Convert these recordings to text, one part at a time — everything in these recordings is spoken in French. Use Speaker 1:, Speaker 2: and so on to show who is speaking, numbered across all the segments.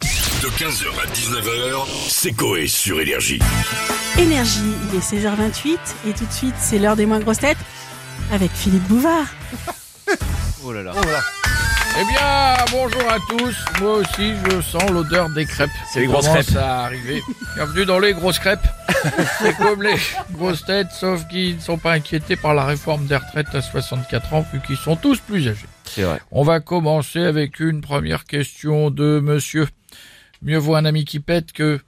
Speaker 1: De 15h à 19h, c'est Coé sur Énergie.
Speaker 2: Énergie, il est 16h28 et tout de suite c'est l'heure des moins grosses têtes avec Philippe Bouvard.
Speaker 3: Oh là là.
Speaker 4: Eh bien, bonjour à tous. Moi aussi, je sens l'odeur des crêpes.
Speaker 3: C'est les grosses
Speaker 4: Ça commence
Speaker 3: crêpes.
Speaker 4: à arriver. Bienvenue dans les grosses crêpes. C'est comme les grosses têtes, sauf qu'ils ne sont pas inquiétés par la réforme des retraites à 64 ans, vu qu'ils sont tous plus âgés.
Speaker 3: C'est vrai.
Speaker 4: On va commencer avec une première question de monsieur. Mieux vaut un ami qui pète que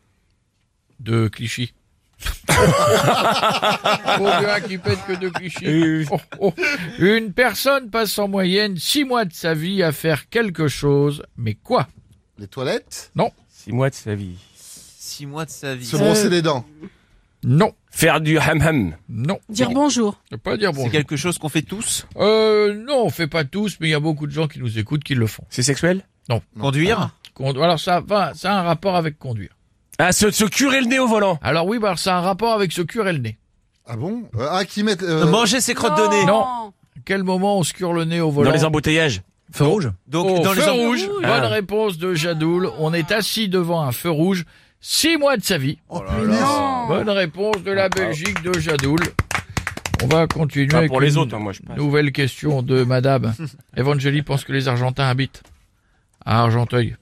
Speaker 4: de Clichy. Vaut mieux un qui pète que de Clichy. Oh, oh. Une personne passe en moyenne six mois de sa vie à faire quelque chose, mais quoi
Speaker 5: Les toilettes
Speaker 6: Six mois de sa vie.
Speaker 3: Six mois de sa vie.
Speaker 5: Se brosser les dents.
Speaker 4: Non,
Speaker 6: Faire du ham ham.
Speaker 4: non.
Speaker 2: Dire bonjour.
Speaker 4: Je peux pas dire
Speaker 3: C'est
Speaker 4: bonjour.
Speaker 3: quelque chose qu'on fait tous
Speaker 4: Euh, non, on fait pas tous, mais il y a beaucoup de gens qui nous écoutent qui le font.
Speaker 6: C'est sexuel
Speaker 3: Conduire
Speaker 4: Condu- Alors ça, va, ça a un rapport avec conduire.
Speaker 6: Ah, se, se curer le nez au volant.
Speaker 4: Alors oui, bah, alors, ça a un rapport avec se curer le nez.
Speaker 5: Ah bon Euh, Ah, qui mettent.
Speaker 3: Euh,
Speaker 5: euh,
Speaker 3: Manger ses crottes de nez
Speaker 4: Non. À quel moment on se cure le nez au volant
Speaker 6: Dans les embouteillages. Feu rouge
Speaker 3: Donc,
Speaker 4: Oh,
Speaker 3: dans les
Speaker 4: feu
Speaker 3: em-
Speaker 4: rouge.
Speaker 2: Rouge.
Speaker 6: Ah.
Speaker 4: Bonne réponse de Jadoul. On est assis devant un feu rouge. Six mois de sa vie.
Speaker 3: Oh
Speaker 2: Non.
Speaker 4: Bonne réponse de la Belgique de Jadoul. On va continuer
Speaker 6: Ah, Pas
Speaker 4: avec
Speaker 6: pour les
Speaker 4: une
Speaker 6: autres, hein, moi je pense.
Speaker 4: nouvelle question de Madame. Evangélie pense que les Argentins habitent à Argenteuil.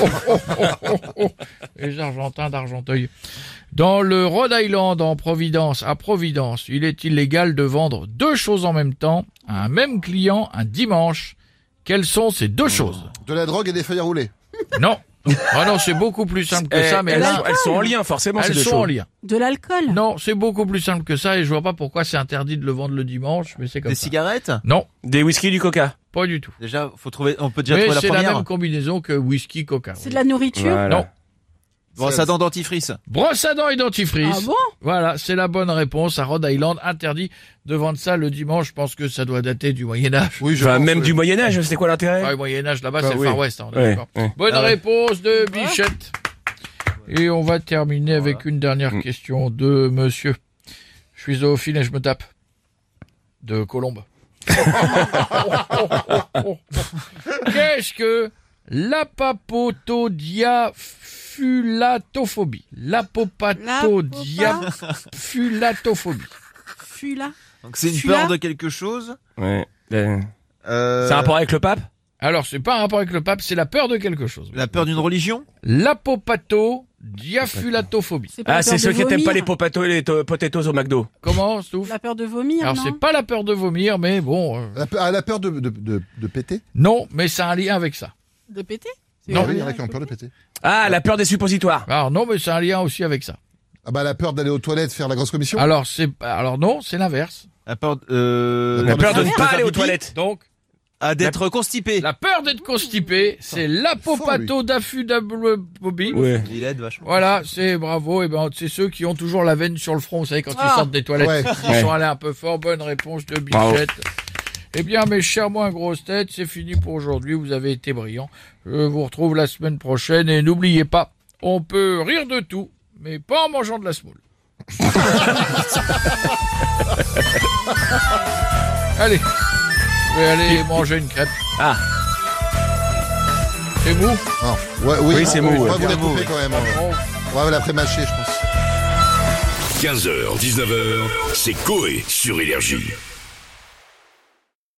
Speaker 4: Oh, oh, oh, oh, oh. Les Argentins d'Argenteuil. Dans le Rhode Island, en Providence, à Providence, il est illégal de vendre deux choses en même temps à un même client un dimanche. Quelles sont ces deux choses
Speaker 5: De la drogue et des feuilles à rouler.
Speaker 4: non. Ah non, c'est beaucoup plus simple que
Speaker 6: Eh,
Speaker 4: ça, mais
Speaker 6: elles,
Speaker 4: là,
Speaker 6: sont, elles sont en lien, forcément, ces
Speaker 4: elles
Speaker 6: deux
Speaker 4: sont
Speaker 6: choses.
Speaker 4: en lien.
Speaker 2: De l'alcool.
Speaker 4: Non, c'est beaucoup plus simple que ça, et je vois pas pourquoi c'est interdit de le vendre le dimanche, mais c'est comme
Speaker 3: Des
Speaker 4: ça.
Speaker 3: cigarettes
Speaker 4: Non,
Speaker 6: Des whisky, du coca.
Speaker 4: pas du tout.
Speaker 3: Déjà, faut trouver, on peut déjà
Speaker 4: mais
Speaker 3: trouver la
Speaker 4: c'est la,
Speaker 3: première.
Speaker 4: même combinaison que whisky, coca.
Speaker 2: C'est de la nourriture.
Speaker 4: Non.
Speaker 3: Bon, ça dent dentifrice.
Speaker 4: Brosse à dents et dentifrice.
Speaker 2: Ah bon
Speaker 4: Voilà, c'est la bonne réponse. À Rhode Island, interdit de vendre ça le dimanche. Je pense que ça doit dater du Moyen-Âge.
Speaker 5: Oui,
Speaker 6: Enfin,
Speaker 5: pense,
Speaker 6: même
Speaker 5: oui.
Speaker 6: du Moyen-Âge, c'est quoi l'intérêt
Speaker 4: le Moyen-Âge, là-bas,
Speaker 6: Ah
Speaker 4: c'est le
Speaker 6: oui.
Speaker 4: Far West. hein, on est
Speaker 6: Ouais,
Speaker 4: d'accord.
Speaker 6: ouais.
Speaker 4: Bonne
Speaker 3: Ah ouais.
Speaker 4: réponse de Bichette. Et on va terminer avec une dernière
Speaker 6: Mm.
Speaker 4: question de monsieur. Je suis zoophile et je me tape. De Colombe. Qu'est-ce que l'apapotodiafulatophobie L'apopatodiafulatophobie.
Speaker 2: Fula.
Speaker 3: Donc, c'est une
Speaker 2: Celui-là
Speaker 3: peur de quelque chose.
Speaker 6: Ouais. Euh,
Speaker 3: Euh,
Speaker 6: C'est un rapport avec le pape
Speaker 4: Alors, c'est pas un rapport avec le pape, c'est la peur de quelque chose.
Speaker 3: La peur d'une religion.
Speaker 4: L'apopatodiafulatophobie.
Speaker 2: C'est pas
Speaker 6: Ah,
Speaker 2: la
Speaker 6: c'est
Speaker 2: peur
Speaker 6: ceux
Speaker 2: de
Speaker 6: qui n'aiment pas les
Speaker 2: vomir.
Speaker 6: popato et les to- potatoes au McDo.
Speaker 4: Comment, Stouff
Speaker 2: La peur de vomir.
Speaker 4: Alors
Speaker 2: non
Speaker 4: c'est pas la peur de vomir, mais bon, euh,
Speaker 5: La, pe- ah, la peur de, de, de, de péter
Speaker 4: non, mais ça a un lien avec ça.
Speaker 2: De péter C'est
Speaker 4: Non.
Speaker 5: Ah oui, il y en a
Speaker 2: la
Speaker 5: qui ont peur de péter.
Speaker 6: Ah, la peur des suppositoires.
Speaker 4: Alors non, mais c'est un lien aussi avec ça.
Speaker 5: Ah bah, la peur d'aller aux toilettes faire la grosse commission
Speaker 4: Alors c'est, alors non, c'est l'inverse.
Speaker 3: La peur, euh,
Speaker 5: La
Speaker 6: La peur de
Speaker 3: faire
Speaker 6: ne pas aller aux
Speaker 3: pipi.
Speaker 6: toilettes.
Speaker 4: Donc
Speaker 3: Ah, d'être constipé.
Speaker 4: la peur d'être constipé, c'est l'apopato
Speaker 6: Ouais.
Speaker 3: Il aide vachement.
Speaker 4: Voilà, c'est bravo. Et ben c'est ceux qui ont toujours la veine sur le front, vous savez quand
Speaker 2: Ah.
Speaker 4: ils sortent des toilettes,
Speaker 5: Ouais.
Speaker 4: ils
Speaker 6: Ouais.
Speaker 4: sont allés un peu fort. Bonne réponse de
Speaker 6: Bravo.
Speaker 4: Bichette. Eh bien, mes chers moins grosses têtes, c'est fini pour aujourd'hui. Vous avez été brillants. Je vous retrouve la semaine prochaine et n'oubliez pas, on peut rire de tout, mais pas en mangeant de la semoule. allez, je vais aller manger une crêpe.
Speaker 6: Ah.
Speaker 4: C'est mou.
Speaker 5: Ah, ouais, oui,
Speaker 6: Oui, c'est
Speaker 5: On
Speaker 6: mou,
Speaker 5: va
Speaker 6: ouais.
Speaker 5: vous la couper quand même. hein.
Speaker 4: Bon.
Speaker 5: On va la prémâcher, je pense.
Speaker 1: 15h, 19h, c'est Coé sur Énergie.